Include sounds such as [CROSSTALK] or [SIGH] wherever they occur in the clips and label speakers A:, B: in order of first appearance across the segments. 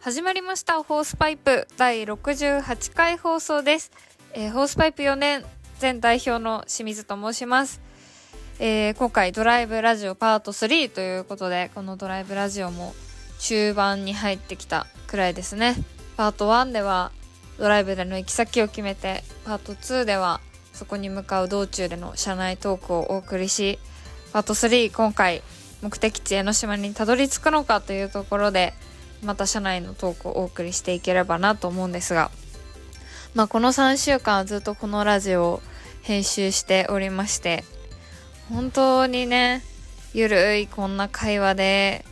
A: 始まりましたホースパイプ第68回放送です、えーホースパイプ4年前代表の清水と申します、えー今回ドライブラジオパート3ということでこのドライブラジオも中盤に入ってきたくらいですねパート1ではドライブでの行き先を決めてパート2ではそこに向かう道中での車内トークをお送りしパート3今回目的地江ノ島にたどり着くのかというところでまた車内のトークをお送りしていければなと思うんですが、まあ、この3週間はずっとこのラジオを編集しておりまして本当にねゆるいこんな会話で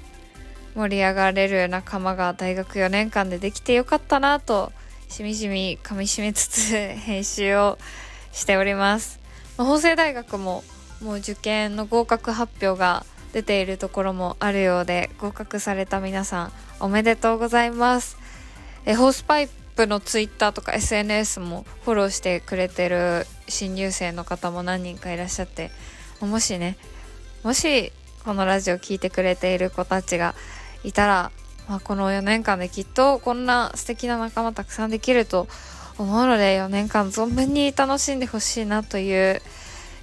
A: 盛り上がれる仲間が大学4年間でできてよかったなとしみじみかみしめつつ編集をしております、まあ法政大学ももう受験の合格発表が出ているところもあるようで合格された皆さんおめでとうございますえホースパイプのツイッターとか SNS もフォローしてくれてる新入生の方も何人かいらっしゃってもしねもしこのラジオ聞いてくれている子たちがいたら、まあ、この4年間できっとこんな素敵な仲間たくさんできると思うので4年間存分に楽しんでほしいなという、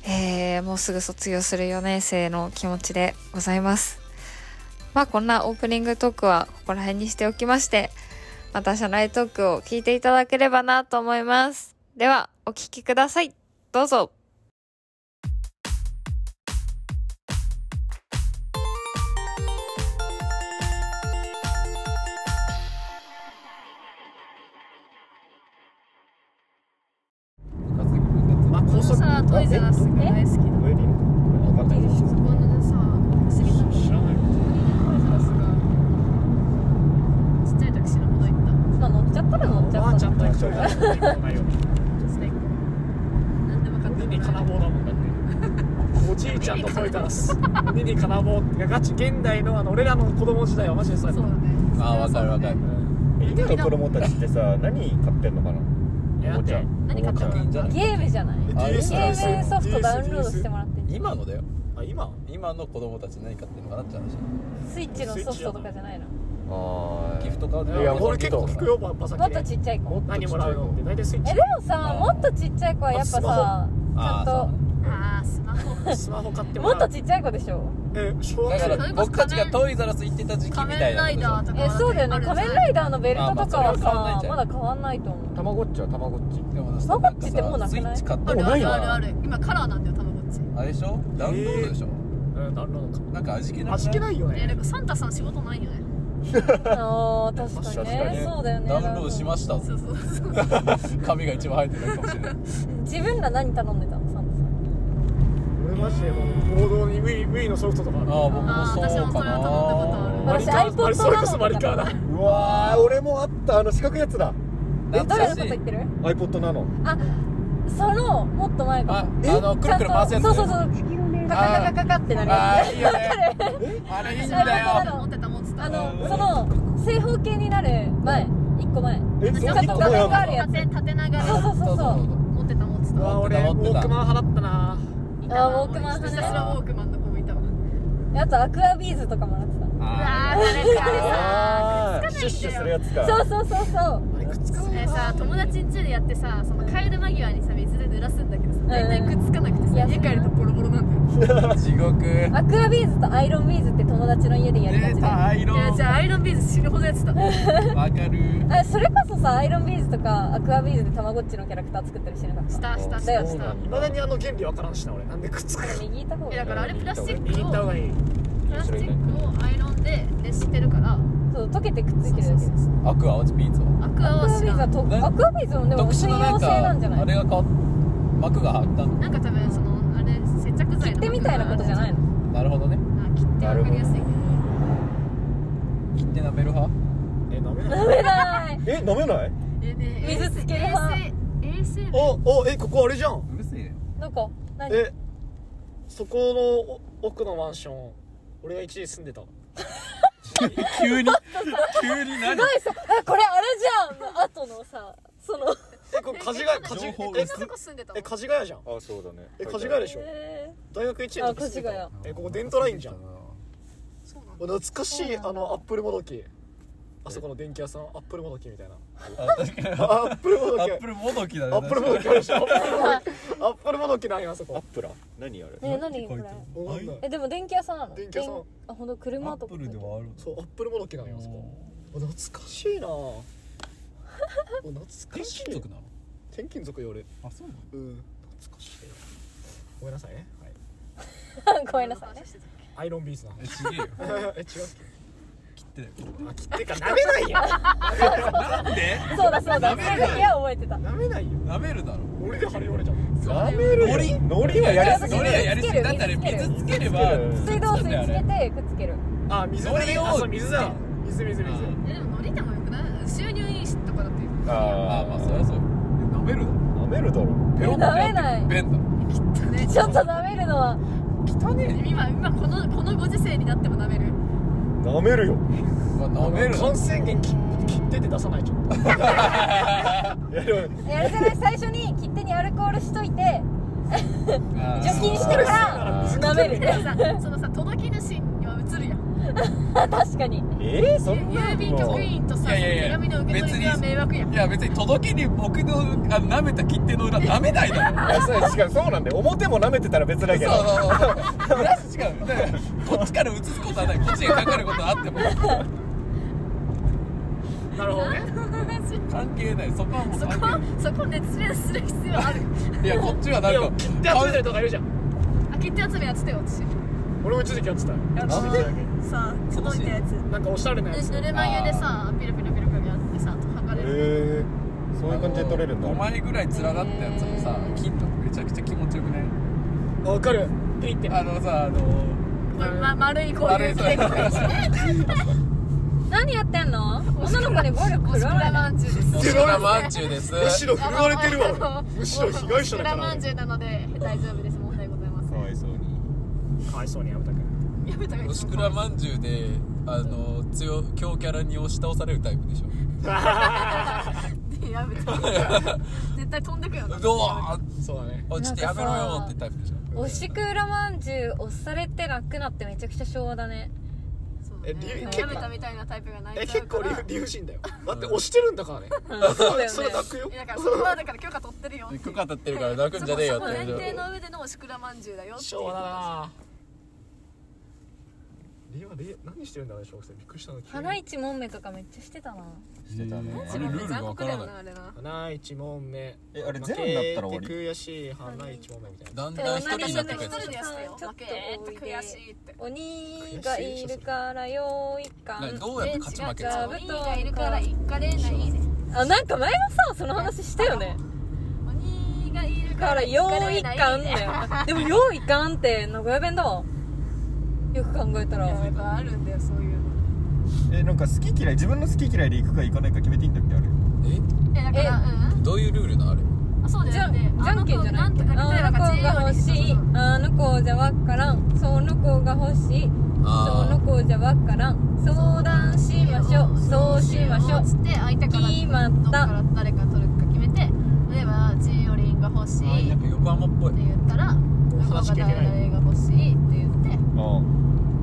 A: えーもうすぐ卒業する4年生の気持ちでございます。まあこんなオープニングトークはここら辺にしておきまして、また社内トークを聞いていただければなと思います。では、お聞きください。どうぞ。
B: あ、高速
C: さトイザラスが大好き
B: ウェディング分かんない
C: そこのさ杉田君
B: 知らない
C: トイザラスがちっちゃいタクシーのほど行っ
D: まあ乗っちゃったら乗っちゃ
B: ば
D: っ
B: あ
D: た
B: ちゃんと一緒に
C: た最高なんで分かった
B: ニニカナボーだもんだっておじいちゃんとトイタラスニニカナボーがガチ現代のあの俺らの子供時代はマジでそうやっ
C: そうだね
E: あーわかるわかる
F: 今の子供たちってさ何買ってんのかな
B: たや
F: おもちゃ
C: 何買ったの
E: 課金じゃない
D: ゲームじゃないゲ
E: あれ
D: ームソフトダウンロードしてもらって
E: 今のだよ
B: あ今
E: 今の子供たち何買ってるのかなって話
D: スイッチのソフトとかじゃないの
F: あ
E: ギフトカード
B: い
F: いや
B: や俺結構聞くよババサ
D: も
B: キ
D: っとちっちゃい子
B: で何もらうのって大体スイッ
D: え
B: チ
D: でもさもっとちっちゃい子はやっぱさちゃんと
C: あースマホ
B: スマホ買っても
D: もっ
B: ら
D: と
B: う
D: ちっちゃい子でしょ
B: え小
E: だ
B: 学
E: か
B: 生
E: ら僕たちがトイザらス行ってた時期み
C: 仮
E: たい
C: 面
E: な
C: ライダーとか
D: えそうだよね仮面ライダーのベルトとかは
E: あまあ
D: さ
E: それは変
D: ま
E: わんな
D: だ
E: いんじゃない
D: 変わんないと思う
F: たまごっちはたまごっち
E: でも
D: タマゴッチってもうなくない
E: スイッチ買った
C: あ
E: の
C: るあ
F: もな
C: る
F: いわ
C: あるある今カラーなんだよたまごっち
E: あれでしょダウンロードでしょ、
B: うんなるのか
E: なんか味気な
B: 味気ないいよ
C: え
B: ね
C: でもサンタさん仕事ないよね
D: あー確かに
F: 確か
D: ね
F: に
D: そうだよね
E: ダウンロードしました
C: そうそうそう
E: 髪が一番生えてないかもしれない
D: 自分ら何頼んでたのサンタさん
B: 俺マジでもう王道に Wii Wii のソフトとか
E: ああ僕も
C: あー
E: そう
C: 私もそ
E: か
C: れは
E: な
D: 私
B: マリカー
D: iPod
B: あれそれこそマリカーだ
D: な
F: うわー俺もあったあの四角いやつだ
E: 懐
D: 誰の
E: か
D: こと
E: しい
D: 言ってる
F: iPod なの
D: あそのもっと前か
E: あ
D: も
E: あのくるくる回すやつ
D: そうそうそうカカカカカカってなる
E: あ
D: や
E: あいいよねあれいいん
C: 私
E: だ
C: は
E: よ
C: [LAUGHS] 持ってた持って
D: つ
C: た
D: あのその正方形になる前一個前
F: え
C: 私
D: そ
C: は
D: うか
F: 一
D: そう
F: 個
D: か
F: 前あんの
D: あるやつ
C: 縦縦長で
D: そうそうそうそう
C: 持ってた持って
B: うわ
C: た
B: 俺ウォークマン派だったな
D: あーウォークマン派ね
C: ひたすらウォークマンの子もいたわ
D: あとアクアビーズとかもらって
E: あ
C: あーあれさ
F: あーシュッシュするやつか
D: たそうそうそうそう
B: あれくっつか
C: えさ友達ん家でやってさその帰る間際にさ水で濡らすんだけどさ大体くっつかなくて
D: いや
C: さ家帰るとボロボロなんだよ
E: ー地獄
D: アクアビーズとアイロンビーズって友達の家でやりがち
E: 出
D: で
E: たアイロ
C: いや
E: ン
C: じゃあアイロンビーズ死ぬほどやってた
E: わかる
D: あそれこそさアイロンビーズとかアクアビーズでたまごっちのキャラクター作ったりしてなかっ
C: したたしたし
D: だよ
C: たし
D: ね
F: そう
C: た
F: なん
B: いまだにあの原理わからんしな俺なんでくっつくか
D: 右行った方
C: え
D: がいい
C: だからあれプラスチック
B: 握った方
C: を
B: がいい
C: プラスチックをアイロンで熱してるから
D: そう溶けてくっつい
C: そ
D: て
C: う
D: る
C: そう
D: だけ
C: そうそう
E: アクアオチピーツ
C: アクア
D: アク
C: は
D: ア
C: 知
D: ビー
C: ら
D: ズは
C: ん
D: と
E: ね
D: アクアビーズもでも
E: 特殊
D: 水
E: ななん
D: 溶性なんじゃ
E: か
D: な
E: あ
D: い
E: れが変わっ膜が張ったの
C: なんか多分そのあれ接着剤
D: 切手みたいなことじゃない
C: の
D: の
E: なるほどね
C: 切手わかりやすいけど
E: 切手なベル派
B: えダメだ
D: 飲めない
F: え飲めない
C: えね
D: 水つける派
C: 衛生衛生面
B: おおえここあれじゃん
E: うるせえ
D: どこ何
B: えそこのお奥のマンション俺が一時住んでた
E: 急に急に何
D: ないさあこれあれじゃんの後のさその
B: えこれ梶が梶
E: 情報
B: え
C: そこ住んでたも
B: え
C: ん
B: 梶ヶ谷じゃん
F: あそうだね
B: え梶ヶ谷でしょ
D: え
B: 大学一年の時住んでた
D: あ梶
B: えここデントラインじゃん
C: そうなの
B: 懐かしいあのアップルもどきあそこの電気屋さんアップルもどきみたいな
E: あ確かにア
B: アップルもどき
E: ップルもどきだね
B: アップルもどきあるでしょアップルもどきアップルもどきなんよあそ
F: アッ
B: こ
F: プラ何あれ
D: ねえ何これ
B: わかんない
D: えでも電気屋さんなの
B: 電気屋さん
D: 電あ本当
E: ア
D: 車
E: ッ
D: とか
E: プルではある
B: そうアップルもどきなんよあそこあ懐かしいなお懐
E: 天
B: かしい
E: 金属なの
B: 転勤族よ俺
E: あそうなの
B: うん懐かしいごめんなさいねはい
D: [LAUGHS] ごめんなさいね
B: アイロンビーズな
E: えちげえよ
B: え違うっ
E: 切って
B: けあ切ってか舐めないよ
E: なんで
D: そうだそうだそれだけは覚えてた
B: [LAUGHS] 舐めないよ
E: 舐めるだろ
B: 俺で張り折れちゃう
F: 舐める
E: ノリ
F: ノリはやりす
E: ノ
F: ぎ
E: リはやりすぎだってあれ水つければ
D: 水道水つけてくっつける
B: あ水だね
E: 海苔を
B: あそう水だ水水水
E: あー
C: えでもノリでもよくない収入いいしとかだって
E: あーまあ
F: あ
E: そりゃそうよ舐めるだろ
F: あ舐めるだろ
E: ペロってやってペンだろ
C: きっとね
D: ちょっと舐めるのは
E: 汚ね
C: 今今このこのご時世になっても舐める
F: 舐めるよ
E: まあ舐める
B: 感染源切切ってて出さないちょっと
F: いやでも
D: えあれじゃない最初に切手にアルコールしといて
E: 除
D: 除菌してから舐め
C: で
D: る [LAUGHS]
C: さそのさ届き主には移るやん
D: あ確かに
F: えー、そんな
C: 郵便局員とさ
E: いやいやいや
C: 手紙の受け取りが迷惑やん
E: いや別に届けに僕のあの舐めた切手の裏舐めないだろ
F: いやそうしかもそうなんで表も舐めてたら別だけど
E: そうそう裏しか違うだからこっちから移すことはないこっちがかかることはあっても
B: なるほどね [LAUGHS]
E: 関係ないそこはもう
C: そこ
E: 関係ない
C: そこ熱烈する必要ある
E: いやこっちはなん
B: で
E: か
B: も切って集めたりとかいるじゃん
C: あ切手集めやってたよ私
B: 俺も一時期やってたよ
E: なんで
G: さあ届いたやつ
B: なんかおしゃれなやつ
C: ぬぬるま湯でさピロピロピロピロやってさ剥が
F: へ
C: れる
F: えそういう感じで取れるんだ
E: 5枚ぐらい連なったやつもさ切ったのめちゃくちゃ気持ちよくない
B: わかるピリって
E: あのさあの
C: これま丸いこう
E: あ
C: い
E: れ
C: う
E: さ
C: 手こ
D: 何やってんの女の子に暴力
C: うス
D: 振る
C: ク
D: わ
C: ラ
D: ないで
C: まんじゅうです
E: そらまんちゅうです
B: むしろ振われてる
C: あ
B: わ
C: の
B: むしろ被害者だか
C: スクラま
B: ら
C: んじゅうなので大丈夫です問題ございません
F: いそうに
B: かわいそうにやめたくん
C: やめた方がいい
E: シクラまんじゅうであの強強キャラに押し倒されるタイプでしょ
C: やめた絶対飛んでくよな
E: どうあ
B: [LAUGHS] そうだね
E: ちょっとやめろよってタイプでしょ
D: おしくらまんじゅう押されてなくなってめちゃくちゃ昭和だね
C: そう
B: え
C: だ
B: 理
C: ね
B: 由
C: やめたみたいなタイプがない
B: え結構理
C: い
B: 理不尽だよだって押してるんだから
C: [LAUGHS]
B: ね
D: そうだよね
B: それ抱くよ
C: やだからそこはだから許可取ってるよ
E: 許可立ってるから泣くんじゃねえよって
C: 前提の上でのおしくらまんじゅうだよっていう
B: 昭和だなリはリ何してるんだろうね小学生びっくりしたの
D: 花一門目とかめっちゃしてたな
F: してたね
E: あれルールがわからな
C: 残酷だ
E: い
C: よあれな
B: 花一問目
F: えあれゼロになったら終
B: 負
F: わ
B: けて
F: り
B: 悔しい花一問目みたいな
E: だんだん一人になって
C: 一
E: くる
C: 人でやってたよ
D: ちょっ
C: 負け
D: と
C: えーって悔しいって
D: 鬼がいるからよいか
E: 何
D: ん
E: どうやって勝ち負け
D: え
E: た
D: 違
E: の
D: う
C: 鬼がいるから一家でないね
D: あなんか前もさその話したよね
C: 鬼がいる
D: だ
C: か
D: かららよういかん
C: ね
D: だよでもよういかんって名古屋弁だわよく考えたら
C: やっぱあるんだよそういうの
F: えなんか好き嫌い自分の好き嫌いで行くか行かないか決めていいんだっけあれ
C: えだからうん
E: えどういうルールなあれ
C: あそう
D: じ
C: だ
D: ゃ
C: よ
D: んじ
C: ね
D: ゃんけんじゃない
C: あの子なんとか
D: あの子が欲しいあの子じゃわからんその子が欲しいその
E: あ
D: 子じゃわからん相談しましょうそうしましょう
C: つって相手から
D: 決まった
C: どっから誰か取るか決めて例えばチーオリンが欲し
E: ーあー
C: い
E: な
C: っ
E: ん
C: て
E: か横浜っぽい
C: 言ったら向こうが誰々が欲しいって言って
F: あ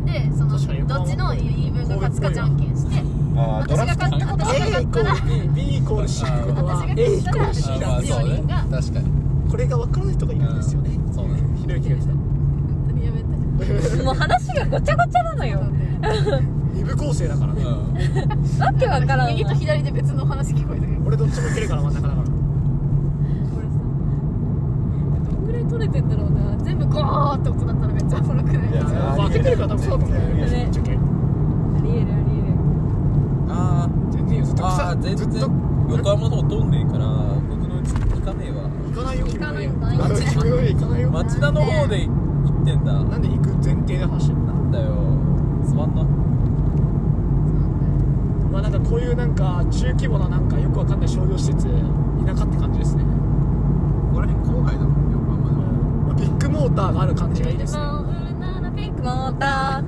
C: でそ
B: 確かに
C: のどっちの言い分が勝つかじゃんけんして
F: あ
C: 私が勝ったことが
B: イ
C: 勝ったら
B: B イコール C ってことは
C: 私が
B: A イ
C: 勝っ
B: コ
C: た
B: ー
C: ら
B: ル C
E: あ
B: だ
E: まあ
B: ってい
E: そうね
C: 一人が
E: 確かに
B: うこれが分からない人がいるんですよね
E: そうね
B: ひろゆきが [LAUGHS] 言ってた
C: 本当にやめて
D: もう話がごちゃごちゃなのよ
B: 二部構成だからね
E: うん
D: わけわからん
C: 右と左で別の話聞こえてくる
B: 俺どっちもいけるから真ん中だか
C: こ
B: ら
C: れさどんぐらい取れてんだろうな全部ゴーって音だったらめっちゃおもろくない
F: いや
C: な
B: 分けてるから多分そうだと思うよ
D: ね
B: 受験
D: ありえるあり
E: あ
B: 全然いいよずっと
E: あ
B: 草
E: ー全
B: ずっと
E: 然横浜の方通んねえから僕のうち行かねえわ
B: 行かないよ行
D: かないよ
B: 行かないよ行かない
E: [LAUGHS]
B: よ
E: 町田の方で行ってんだ
B: なんで行く前提で走るんだ
E: なんだよつまんな
B: まあなんかこういうなんか中規模ななんかよくわかんない商業施設田舎って感じですね、
E: これ郊外だもん横浜
B: まあ、ビッグモーターがある感じがいいですね
D: えるピンクモータ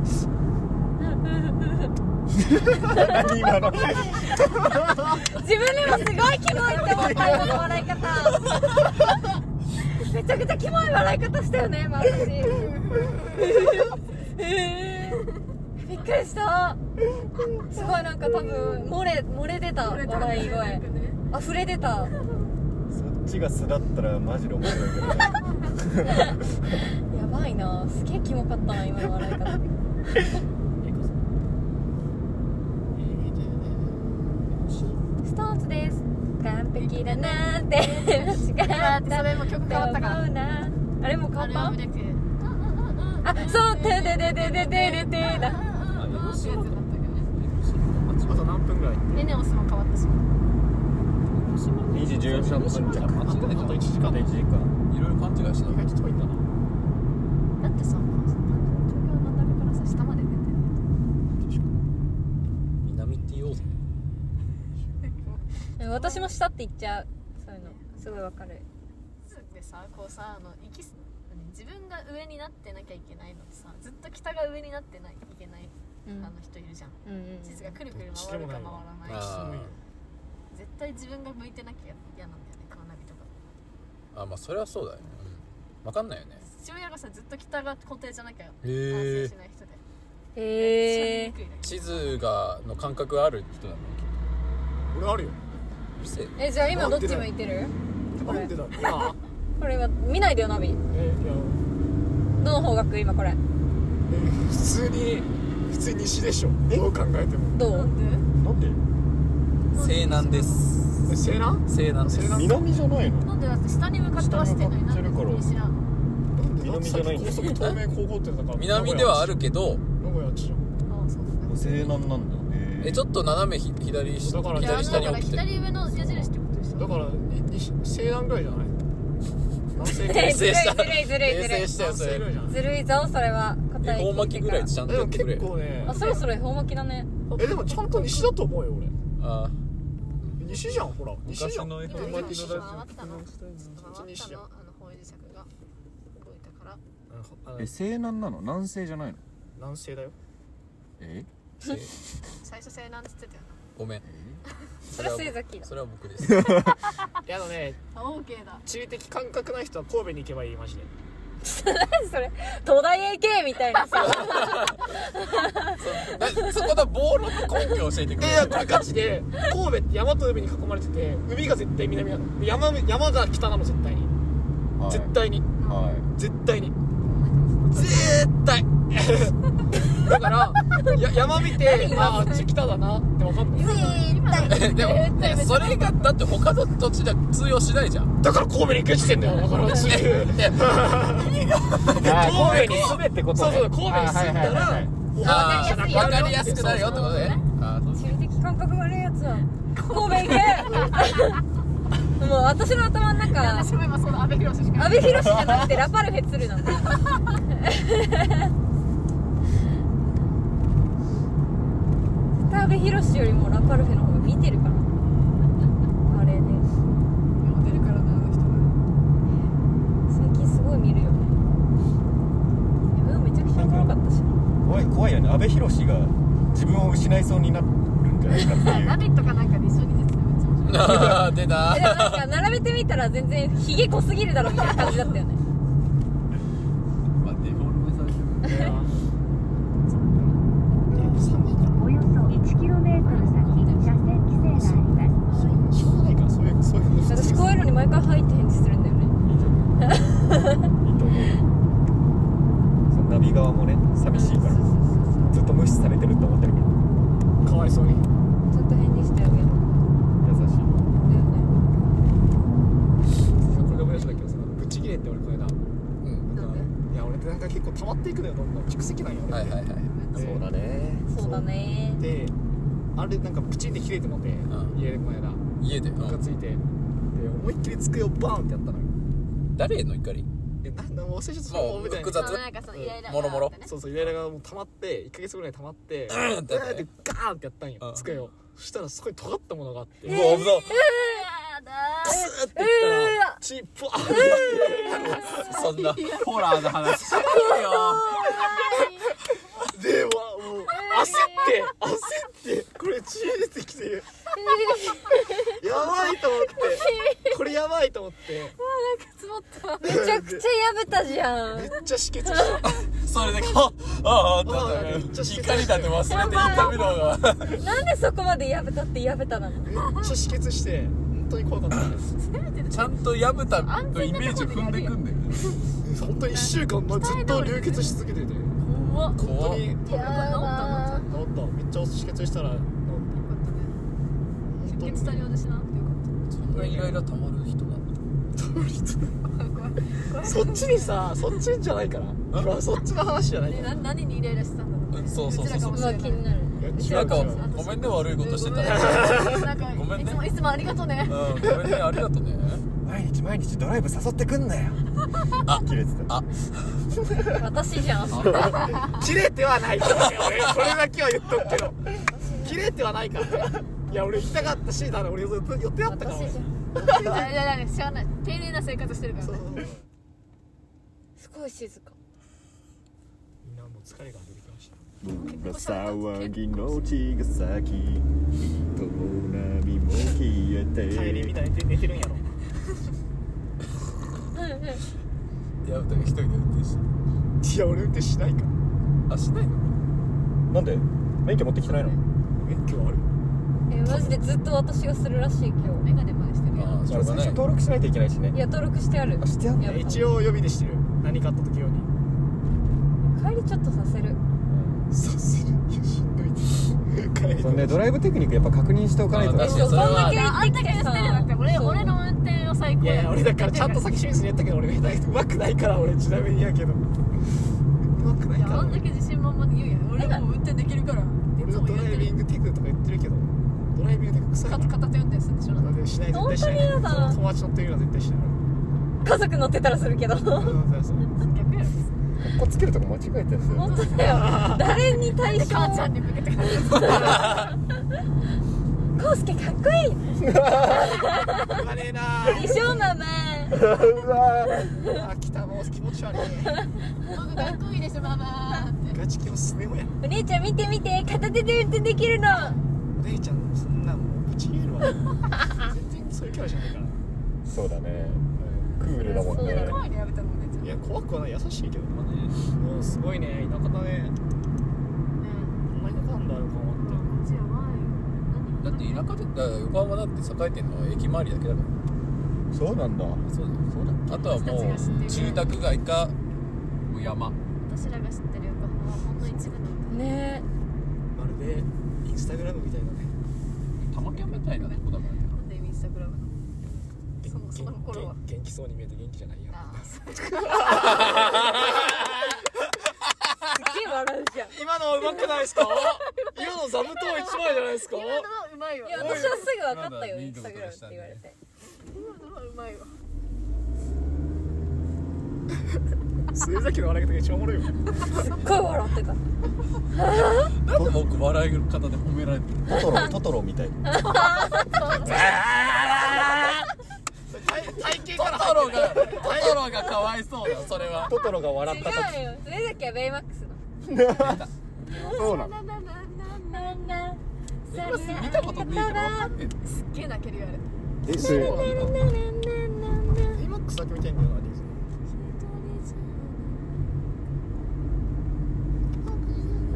F: 何今の
D: ー自分でもすごいキモいって思った今の笑い方めちゃくちゃキモい笑い方したよね今私えーびっくりしたすごいなんか多分漏れ漏れ出た
C: これ多分
D: 笑い
C: なん
D: 声
C: かね
D: 溢れ出
F: そ
D: た
F: っちが素だったらマジで面白いけどね
D: やばいなすげえキモかったな今の笑い方ストーンズです完璧だなーって [LAUGHS] 違
C: だっ
D: ってた
C: それも曲変わったから
D: なあれも
C: ア
D: 看
C: ルバム
D: 板
C: じゃなくて
D: あそうてでででででででだ
E: あよろしい
C: やつだったけどね
B: あと何分ぐらい
C: エネオスも変わったし
F: 2時14分
E: じゃあ間違えた
B: あと1時間
F: 1時間
E: いろいろ勘違いした
B: 意外と遠いんだな
C: だってさもうさ東京の中からさ下まで出てる
E: 南って言おうぜ
D: 私もしたって言っちゃうそういうのすごいわかる
C: でさこうさあの行き何自分が上になってなきゃいけないのってさずっと北が上になってないいけない、
D: うん
C: あの人いるじゃん
D: うんうん
C: 地図がくるくる回るか回らないし
E: あ
C: 絶対自分が向いてなきゃ嫌なんだよねカーナビとか
E: あまあそれはそうだよね、うん、分かんないよね
C: 父親がさずっと北が固定じゃなきゃ安
E: へ
C: 心
E: え
C: しない人で、
D: へ
C: え
D: え
E: 地図がの感覚がある人だもん
B: 俺あるよ
E: うるせえ
D: えじゃあ今どっち向いてるこ
B: な
D: れ
B: んでだろう [LAUGHS] 今
D: これは見ないでよナビ
B: えいや
D: どの方角今これ
B: え普通に普通に西でしょどう考えても
D: どう
C: なん
F: なんで
E: 西南です
B: え西南
E: 西南です
B: 西南
F: 南じゃないの
C: でなんでだって下に向かって走ってないなんで西なの
B: なんで
F: 南じゃないんだ
B: 高速東名高校ってだから
E: 南ではあるけど
B: 名古屋あっちじゃん
C: あそうだね
F: 西南なんだへ
E: えちょっと斜めひ左し
B: だから
C: いや
E: 左下に
C: だ
E: 置
C: から
E: きて
C: 左上の矢印ってことでしょ
B: だからに西西南ぐらいじゃない南西ぐら [LAUGHS]
D: え
B: い
D: ずるいずるいずるいず
E: 訂正した
D: るい
E: よ
B: 南
E: そ
B: 西
E: れ
B: ぐらいじゃない
D: ずるいぞそれは
E: え
D: 答
E: 大
D: え聞い
E: 巻
D: て
E: きぐ
D: から
E: い
D: ら
E: ちゃんと
B: えで
E: やっ
B: も
E: てくれ
B: 結
E: よ
B: 構ね
D: あそろそろ恵方巻きだね
B: えでもちゃんと西だと思うよ俺
E: ああ
B: 西じゃんほら西じゃ
E: 昔
B: ん
E: の
C: 今
E: 恵
C: 今
E: 方
C: 回
E: 巻き
C: ったの回ったの
B: 一日じゃん
C: あの方位磁石が動いたから
B: あの
F: え西南なの南西じゃないの
B: 南西だよ
F: え
C: 最初西南って言ってた
E: ごめん
D: そ
E: そ
D: れ
E: れは
D: は水崎だ
E: それは僕です
B: いやあのね
C: よなあ OK だ
B: 地理的感覚ない人は神戸に行けばいいマジで
D: それ東大へ行けみたいなさ
E: なそこだ暴論の根拠を教えてく
B: い
E: れ
B: やこれガチで神戸って山と海に囲まれてて海が絶対南なの山山が北なの絶対に
F: はい
B: 絶対に
F: はい
B: 絶対に絶対だからや山見てああっち北だなって分かんない
E: [LAUGHS] でもねそれがだって他の土地じゃ通用しないじゃん
B: だから神戸に行くって言ってんだよだからすぐ
F: [LAUGHS]
E: いや
B: 神戸に
F: 神戸ってこと
B: そう
F: ね
B: そう神戸に住んだ
F: あはいはいはい
B: ら
F: はい
B: 分
E: ああ分かりやすくなるよってことねあー
D: 地理的感覚悪いやつは神戸行け [LAUGHS] もう私の頭の中
C: 私も今その阿部寛しか
D: 阿部寛じゃなくてラパルフェ鶴なんだよ絶対阿部寛よりもラパルフェの方が見てるからあれね
C: モデルからなあの人が
D: 最近すごい見るよね自分めちゃくちゃおもろかったし
F: 怖い怖いよね阿部寛が自分を失いそうになるんじゃないかってい
C: ナ
F: う
C: ビとかなんかで一緒に出てためっちゃ面白い
E: あ
B: [LAUGHS]
E: ー出
D: えでも
E: た
D: なんか並べてみたら全然ヒゲ濃すぎるだろみたいな感じだったよね
E: まあデフォルメされてる
B: いや寒いか
G: およそ 1km 先車線規制があります。
B: らしょうがないからそういうそういうの普
D: 私
B: 通
D: こういうのに毎回「はい」って返事するんだよね
F: いいと思うそのナビ側もね寂しいからずっと無視されてると思ってるか
B: かわいそうに
D: ずっと返事してあげる
F: ら優しい
D: だよね
B: これが無理だけどさぶち切れって俺これだ
E: うん
B: いや俺ってなんか結構溜まっていくのよどんどん蓄積なんよね、
E: はいはいはい
B: で
F: ね
D: そうだね
B: であれなんかプチンって切れてもって、
E: ん
B: 家でこの間
E: 家で、う
B: ムカ
E: ん、
B: ついてで思いっきり机をバーンってやったのよ
E: 誰への怒り
B: えななんか忘れちゃった
E: もう
B: みたいな
E: 複雑
C: あのなんかそのイライラ
E: もろもろ
C: があってね
B: そうそうイライラがもう溜まって1ヶ月ぐらい溜まってうん
E: ってやったね
B: ってガーンってやったん
E: う
B: よ
E: ん
B: 机をそしたらすごい尖ったものがあって
E: うわ危な
C: あーだ
B: クスっていったらチップワー
E: そんなホラーの話しないよ
B: でわもう焦って焦ってこれ血出てきてるやばいと思ってこれやばいと思って
D: めちゃくちゃやぶたじゃん
B: めっちゃ止血した
E: それであああってなった
B: あめっちゃ
E: 怒りだって忘れて痛みの方が
D: なんでそこまでやべたってやべたなの
B: めっちゃ止血して本当に怖かったです
E: ちゃんと薮田のイメージを踏んでくんだよね
B: 本当に1週間まあずっと流血し続けてて
C: 怖っ
B: 本当
E: 怖っ
B: に
C: やだ
B: 治っためっちゃ止血したら治っ
C: よかったね
B: た
C: 出血多量で死ななくてよかっ
E: そんなイライラ溜まる人だった
B: そっちにさそっちじゃないから今そっちの話じゃない
C: た
B: か
C: ね
B: ら
C: な何にイライラしてたんだ
E: う
C: ろうね
E: んそうそうそうそう
C: うち
D: ま
C: らか
D: あ
C: もし
D: 気
C: れない
D: になる
B: いや
C: うち
E: な
B: 違
E: んか
B: う違う
E: ごめんね悪いことしてたら
C: [LAUGHS] なんか
E: ごめんね
C: いつもいつもありがとうね
E: うんごめんねありがとうね
F: 毎日毎日ドライブ誘ってくんなよ
E: あ
F: 切れてた
E: あ
D: 私じゃん
B: 切れてはないからね俺それだけは言っとくけど切れてはないからねいや俺行きたかったしだから俺ずっと予定あ
C: [LAUGHS]
B: ったから
D: 私じゃん
C: いやいやいや知らない丁寧な生活してるから
B: そう
C: ね
B: そうそう
D: すごい静か
B: みんなもう疲れが出てきました
F: ぶら騒ぎの茅ヶ崎人の波も消えて
B: 帰りみたいに寝てるんやろ
E: 薮田が一人で運転して
B: いや俺運転しないから
E: あしないの
F: なんで免許持ってきてないの
B: 免許ある
D: えマジでずっと私がするらしい今
C: メガネ前してるよ
E: ああし
F: あ
E: ょ
F: れ
E: うが
F: 最
E: な
F: 初
E: い
F: 登録しないといけないしね
D: 日いや登録してある
F: あしてあん
D: いや
B: 一応予備でしてる何かあった時用に
D: 帰りちょっとさせる
B: そうするいやしんどい帰り
F: そんでドライブテクニックやっぱ確認しておかないと
E: あ
F: ね
E: 確かにそれは
D: えそう
C: あんたが言ってるなって俺
D: そう
C: 俺の運転を最高
B: いやいや俺だからちゃんと
C: い
B: 先清水にやったけど俺が下手うまくないから俺ちなみにやけどうまくない
C: や
B: から
C: あんだけ自信満々に言うやん俺もう運転できるからってい
B: 俺
C: つ
B: の
C: も
B: ド
C: 言っ
B: ライ
C: て
B: ビン
C: る
B: グテクとか言ってるけどドライビングテク臭いか
C: から片手運転するんでしょ
B: なんでしない絶対しない
D: 本当に嫌だ
B: 友達乗ってるよは絶対しない
D: 家族乗ってたらするけど
B: そうそうそう
C: 逆やろ
F: ここつけるとこ間違えてるんだよ
D: 本当だ
C: [LAUGHS]
D: よ誰に対して
C: 母ちゃんに向けてから
D: コウスケかっこいい
C: [LAUGHS]
B: 言わねえな
D: でしょママ
F: [LAUGHS] うわー
B: あ来たもう気持ち悪い
C: 僕かっこいいでしょママーって
B: ガチ気をすねもや
D: お姉ちゃん見て見て片手で運転できるの
B: お姉ちゃんそんなもうぶち切れるわ全然そういうキャラじゃないから
F: そうだねクールだもんね
C: 怖いねやめたのお姉ちゃん
B: いや怖くはない優しいけどなもうすごいね田舎だねこんなにかんだよ
C: こっちやばいよ
E: だ
C: 何
E: って田舎でだから横浜だって栄えてんのは駅周りだけだか
F: そうなんだ
E: らそうだそうだあとはも
C: 私たちが知って
E: う
C: る
E: 住宅街かもう山
C: 私らが知ってる横浜はほんの一部なんだ
D: ね
B: まるでインスタグラムみたいなね
E: 玉県みたいなとこだからね
C: なんでインスタグラムのそのその
B: 元
C: 頃は
B: 元元気そうに見えて元気じゃないや
C: ああそう
D: すげえ笑うじゃん
B: 今のうまくないですか今の座布団一枚じゃないですか
C: 今のはうまいわ
D: いや
C: 今
D: 私はすぐ分かったよ
E: まだい
D: イ
E: いと
D: ンス
E: こ
D: タグ
E: から
D: ラムっ
E: してたね
D: 言われて
C: のはうまいわ
B: 末崎の笑い方が一番おもろいよ
D: すっごい笑ってた
E: なんで僕笑い方で褒められ
B: [LAUGHS]
E: てる
F: トトロトトロみたい
B: 体体型
E: ト
B: から
E: トロがトトロがかわいそうだそれは
F: トトロが笑った時
D: 違うよそれだけはベイマックスの
F: そうな
C: ななな
F: の
C: な
D: なな
E: エクロス見たことねえからわかんねえんだよ
C: すっげえ泣けるよあれ
F: えそれ
E: そうなんだ
B: イマックスだけ見たいんだよなディズニ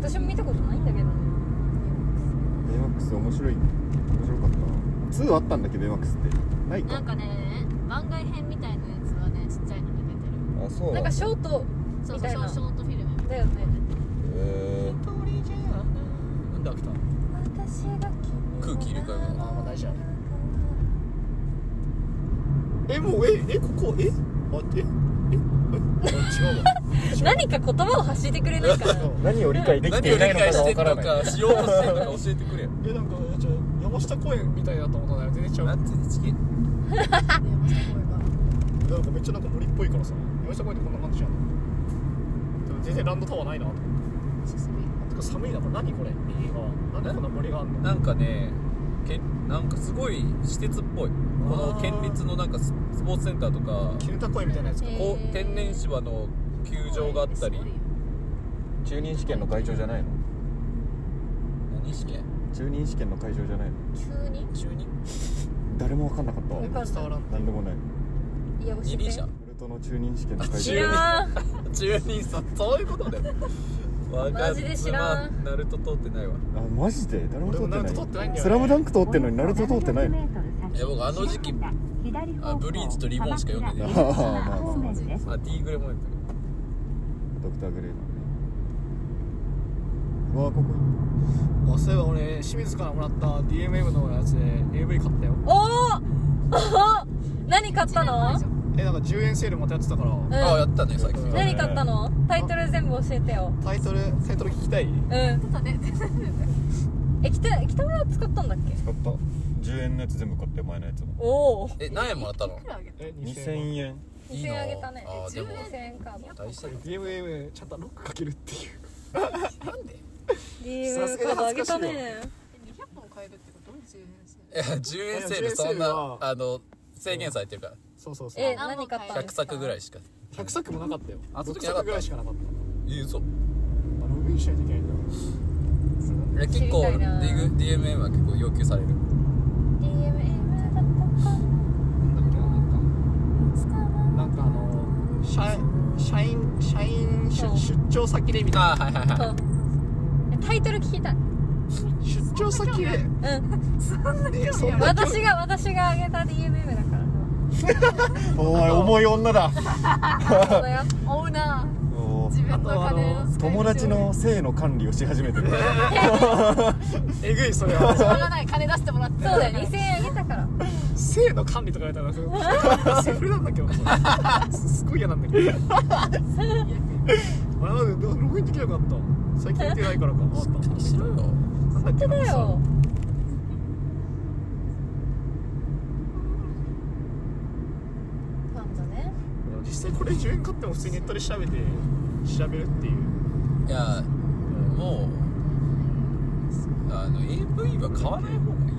B: ー
D: 私も見たことないんだけど
F: ベイマックス面白い面白かった2あったんだっけベイマックスってないか
C: なんかね番外編みたいなやつはねちっちゃいのに出てる
F: あそう
D: なんかショート
C: そう
D: み
C: そう
D: たい
C: ショ
D: な
C: ショートフィルムみたい
D: だよね
F: えー
E: なんで飽きたの空気入れ替え
B: あ
E: が
B: まあ大事やねえもうええここえ待ってええあ違うわ
D: [LAUGHS] 何か言葉を発してくれな
E: [LAUGHS]
D: いから
F: 何を理解でき
E: 何
F: て
E: を
F: いな
E: 理
F: いの
E: 解
F: か
E: してんの
F: がわからない
E: かしようとしてんのか教えてくれよ
B: えなんかちょ山下公園みたいだと思ったら全然違う
E: 夏にちげ
C: なね面白いわ
B: なんかめっちゃなんか森っぽいからさ山下公園ってこんな感じじゃんでも全然ランドタワーないなと思って
C: 久しぶり
B: てか寒いなこれ何これ右側なんでこんな森があんの
E: なんかねけなんかすごい施設っぽいこの県立のなんかススポーツセンターとか
B: 絹田公園みたいなやつか、
D: え
E: こう天然芝の球場があったり
C: すごいよ
F: 中任試験の会場じゃないの
E: 何試験
F: 中任試験の会場じゃないの
D: 急に
B: 中に
F: 誰も分かんなかった
D: わ
B: 伝
D: かんない
B: わらん
F: 何でもない
D: いや教え
E: 二輪
D: て
E: 車
F: 俺ルトの中任試験の会
E: 知ら
D: 知
F: で
D: らん
E: 中二さんそういうことだよわか
D: マジで知らん
E: まあナルト通ってないわ
F: あマジで誰も
B: 俺
F: 通っ
B: も
F: てな
B: ナ
F: い
B: ルト撮ってないんだよ、ね、
F: スラムダンク通ってんのにナルト通ってないの
E: いや僕あの時期あブリーチとリボンしか読んで
F: ないあー
G: まあ
E: あ D グレもやったけど
F: ドクターグレーのねうわここ
B: あそういえば俺清水からもらった DMM のやつで AV 買ったよ
D: おお何買ったの
B: えなんか10円セールまたやってたから、
D: うん
E: あやったね最近
B: うん
D: 何買ったのタイトル全部教えてよ
B: タイトルタイトル聞きたい
D: [LAUGHS] うん
C: たね
D: え北北村は使ったんだっけ
F: 買った10円のやつ全部買って前のやつも
D: おお
E: え何円もらったの
C: いくらあげた
B: え
F: 2000円
E: いい
D: 2000
E: な
D: 円あげたね
E: あーでも
D: 2000円カード
E: 大したこ
B: DMM ちゃんとロックかけるっていう
E: となんで
D: DM カードあげたね
C: 200本買えるってこと10円す
E: い
C: る
E: や10円セー
B: いや10円セール
E: ルそんな
B: は
E: あの制限されてるか
B: そうそうそう
D: え
B: 100
C: 何
D: 何
C: 本
D: 買った
C: 買え
D: の
E: ら100作ぐらいしか
B: 作もなかったよ
E: あそっ
B: 6
E: ちなかった
B: 作ぐらいしかなかった
E: え嘘
B: あログインしないといけないんだよ
E: いや
D: 知
E: 結
D: り
E: 構
D: たいな
E: D グ DMM は結構要求される
D: DM だったか
B: なんだっけななんかなんかあの社社員社員出
D: そう
B: 出張先でみたい
E: あーはいはいはい
D: そうえタイトル聞きたい
B: な出張先で
D: うん
B: でそんな
D: [LAUGHS] 私が私があげた DMM だから
F: お前重い女だ
D: そうだよ
C: オーナー
F: お
C: 自分のお金
B: あとあ
C: の使い道を
F: 友達の性の管理をし始めてる
B: えぐいそれは
C: しょうがない金出してもらって
D: そうだよ2000円あげたから
B: 性の管理とかやったらセフレなんだけどなそれすすごい嫌なんだけど俺までログインできなかった最近見てないからかあった
E: 気にしろよ
B: なんだっけ
D: 本当
B: な
D: だよなんだね
B: 実際これ10円買っても普通にネットで調べて調べるっていう
E: いやもうあの AV は買わない方がいい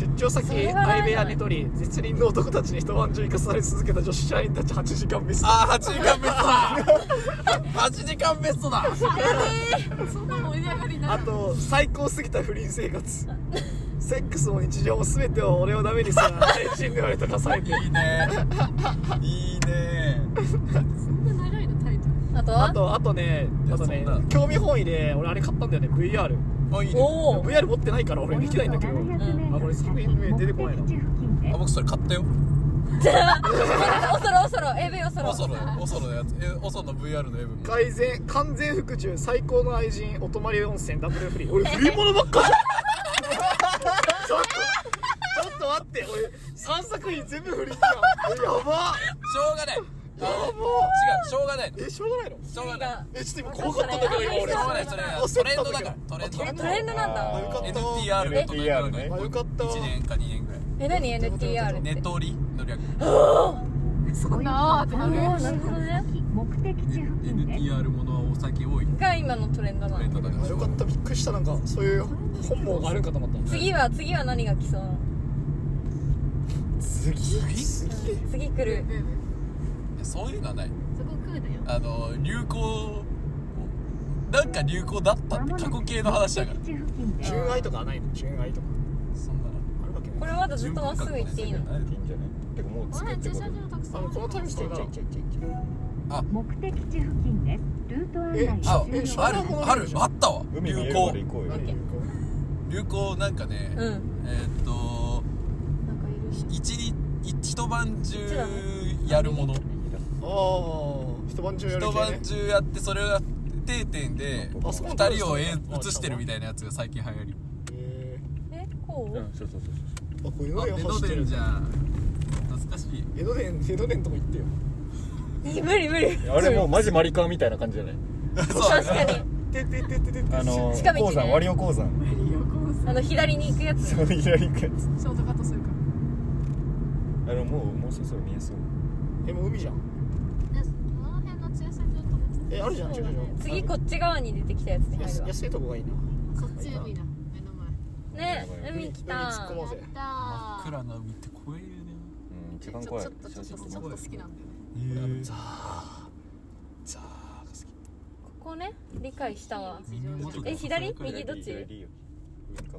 B: 出張先
D: それはない
B: 相部屋にとり絶倫の男たちに一晩中生かされ続けた女子社員たち8時間メス
E: ああ8時間ベストだ8時間ベストだ
C: そんな盛り上がりにな
B: あ
C: る
B: と最高すぎた不倫生活セックスも日常も全てを俺をダメにする配信で言われたかされて
E: いいねいいね
C: そんな長いのタイトル
D: あとは
B: あとあとね
E: いや
B: あとね
E: そんな
B: 興味本位で俺あれ買ったんだよね VR
E: あいいね
D: おお
B: VR 持ってないから俺できないんだけど
D: ん
B: あこれすごい出てこないな
E: あ僕それ買ったよ
D: [LAUGHS] おそろおそろ AV おそろ
E: オソロオソロのやつえオソロの VR の AV も
B: 改善完全服従最高の愛人お泊まり温泉ダブルフリー俺不倫物ばっかりちょっとちょっと待って俺3作品全部不倫じゃ
E: [LAUGHS]
B: んえや
E: し
B: ば
E: ょうがない
B: やば
E: 違うしょうがないの
B: えしょうがないの
E: しょうがない
B: えちょっと今怖かったんだけど今俺
E: しょうがないそれは
B: 焦
E: トレ
B: っ
E: ン
B: たん
E: ド
B: だ
E: だ
B: け
E: からトレンド
B: ど
D: えトレンドなん
B: あ
D: だ
B: よかった
E: NTR と
F: NTR ね
B: あよかった
E: 1年か2年ぐらい
D: え何 NTR って
E: ネットリの略
C: そんなあーってなる
D: あーなるほどね
G: 目的地付近です
E: NTR ものはお酒多い
D: が今のトレンドな
E: トレン
D: の
E: ドだから
B: あよかったびっくりしたなんかそういう本望があるんかと思った
D: 次は次は何が来そうなの
B: 次次
D: 次来る
E: いやそういうのはない
C: そこ食うだよ
E: あの流行なんか流行だったって過去形の話だから
G: 目的地付近です
B: 純愛とかはないの純愛とか
E: そんな
B: あるわけ
D: こ
B: ない
D: れまだずっとまっすぐ行っていいの
F: いいんじゃないてかもう
C: この
F: 次っ
C: 辺駐
F: てこ
C: 車
F: と
C: 場たくさ
B: あ
C: ん
B: のこのタイミングだ
G: 目的地付近ですルート案内
B: え
E: あ
B: え
G: 重要
E: ある
G: な
E: あるあったわ
F: 海
E: 流
F: の家ま
E: 行
F: で行こうよ
E: 流行なんかね、
D: うん
E: えーっと
D: なんかいるし
E: 一日一晩中やるもの
B: ああ一晩中やる
E: 一
B: 系ね
E: 晩中やってそれが定点で
B: あそう
E: 二人を映してるみたいなやつが最近流行り
B: え
D: えこう
F: うんそうそうそう
B: ー
F: そ
B: あこれ江ノ
E: あ
B: 電
E: 江
B: 走
E: ノ
B: ってる
E: 電じゃん懐かしい
B: 江ノ電江ノ電とか行ってよ
D: え無理無理
F: うあれもうマジマリカーみたいな感じじゃない
D: [LAUGHS] 確かに
B: ててててて
F: あの
D: 近道ね
F: 鉱山割り尾鉱山
D: あの左に行くやつ
F: そういら行くやつ
C: ショートカットするか
F: あのもうもうそろそろ見えそう
B: えもう海じゃん
C: らねこの辺の駐車場とか
B: えあるじゃん駐車場
D: 次こっち側に出てきたやつに入る
B: 安
D: わ
B: 安いとこがいいな
C: そっち海だ目の前
D: ね
F: やばい
B: 海
D: 海来
B: 突った込もうぜ
C: だ
E: 真っ暗な海って怖えよね
F: うん一番
C: ちょ
F: 怖い
C: ちょっとちょっとちょっとちょっと好きなんだよね
E: ザーザ
D: ここね理解したわ
E: ー耳元が
D: え左
E: それくらい
D: 右どっち
F: 左よ上か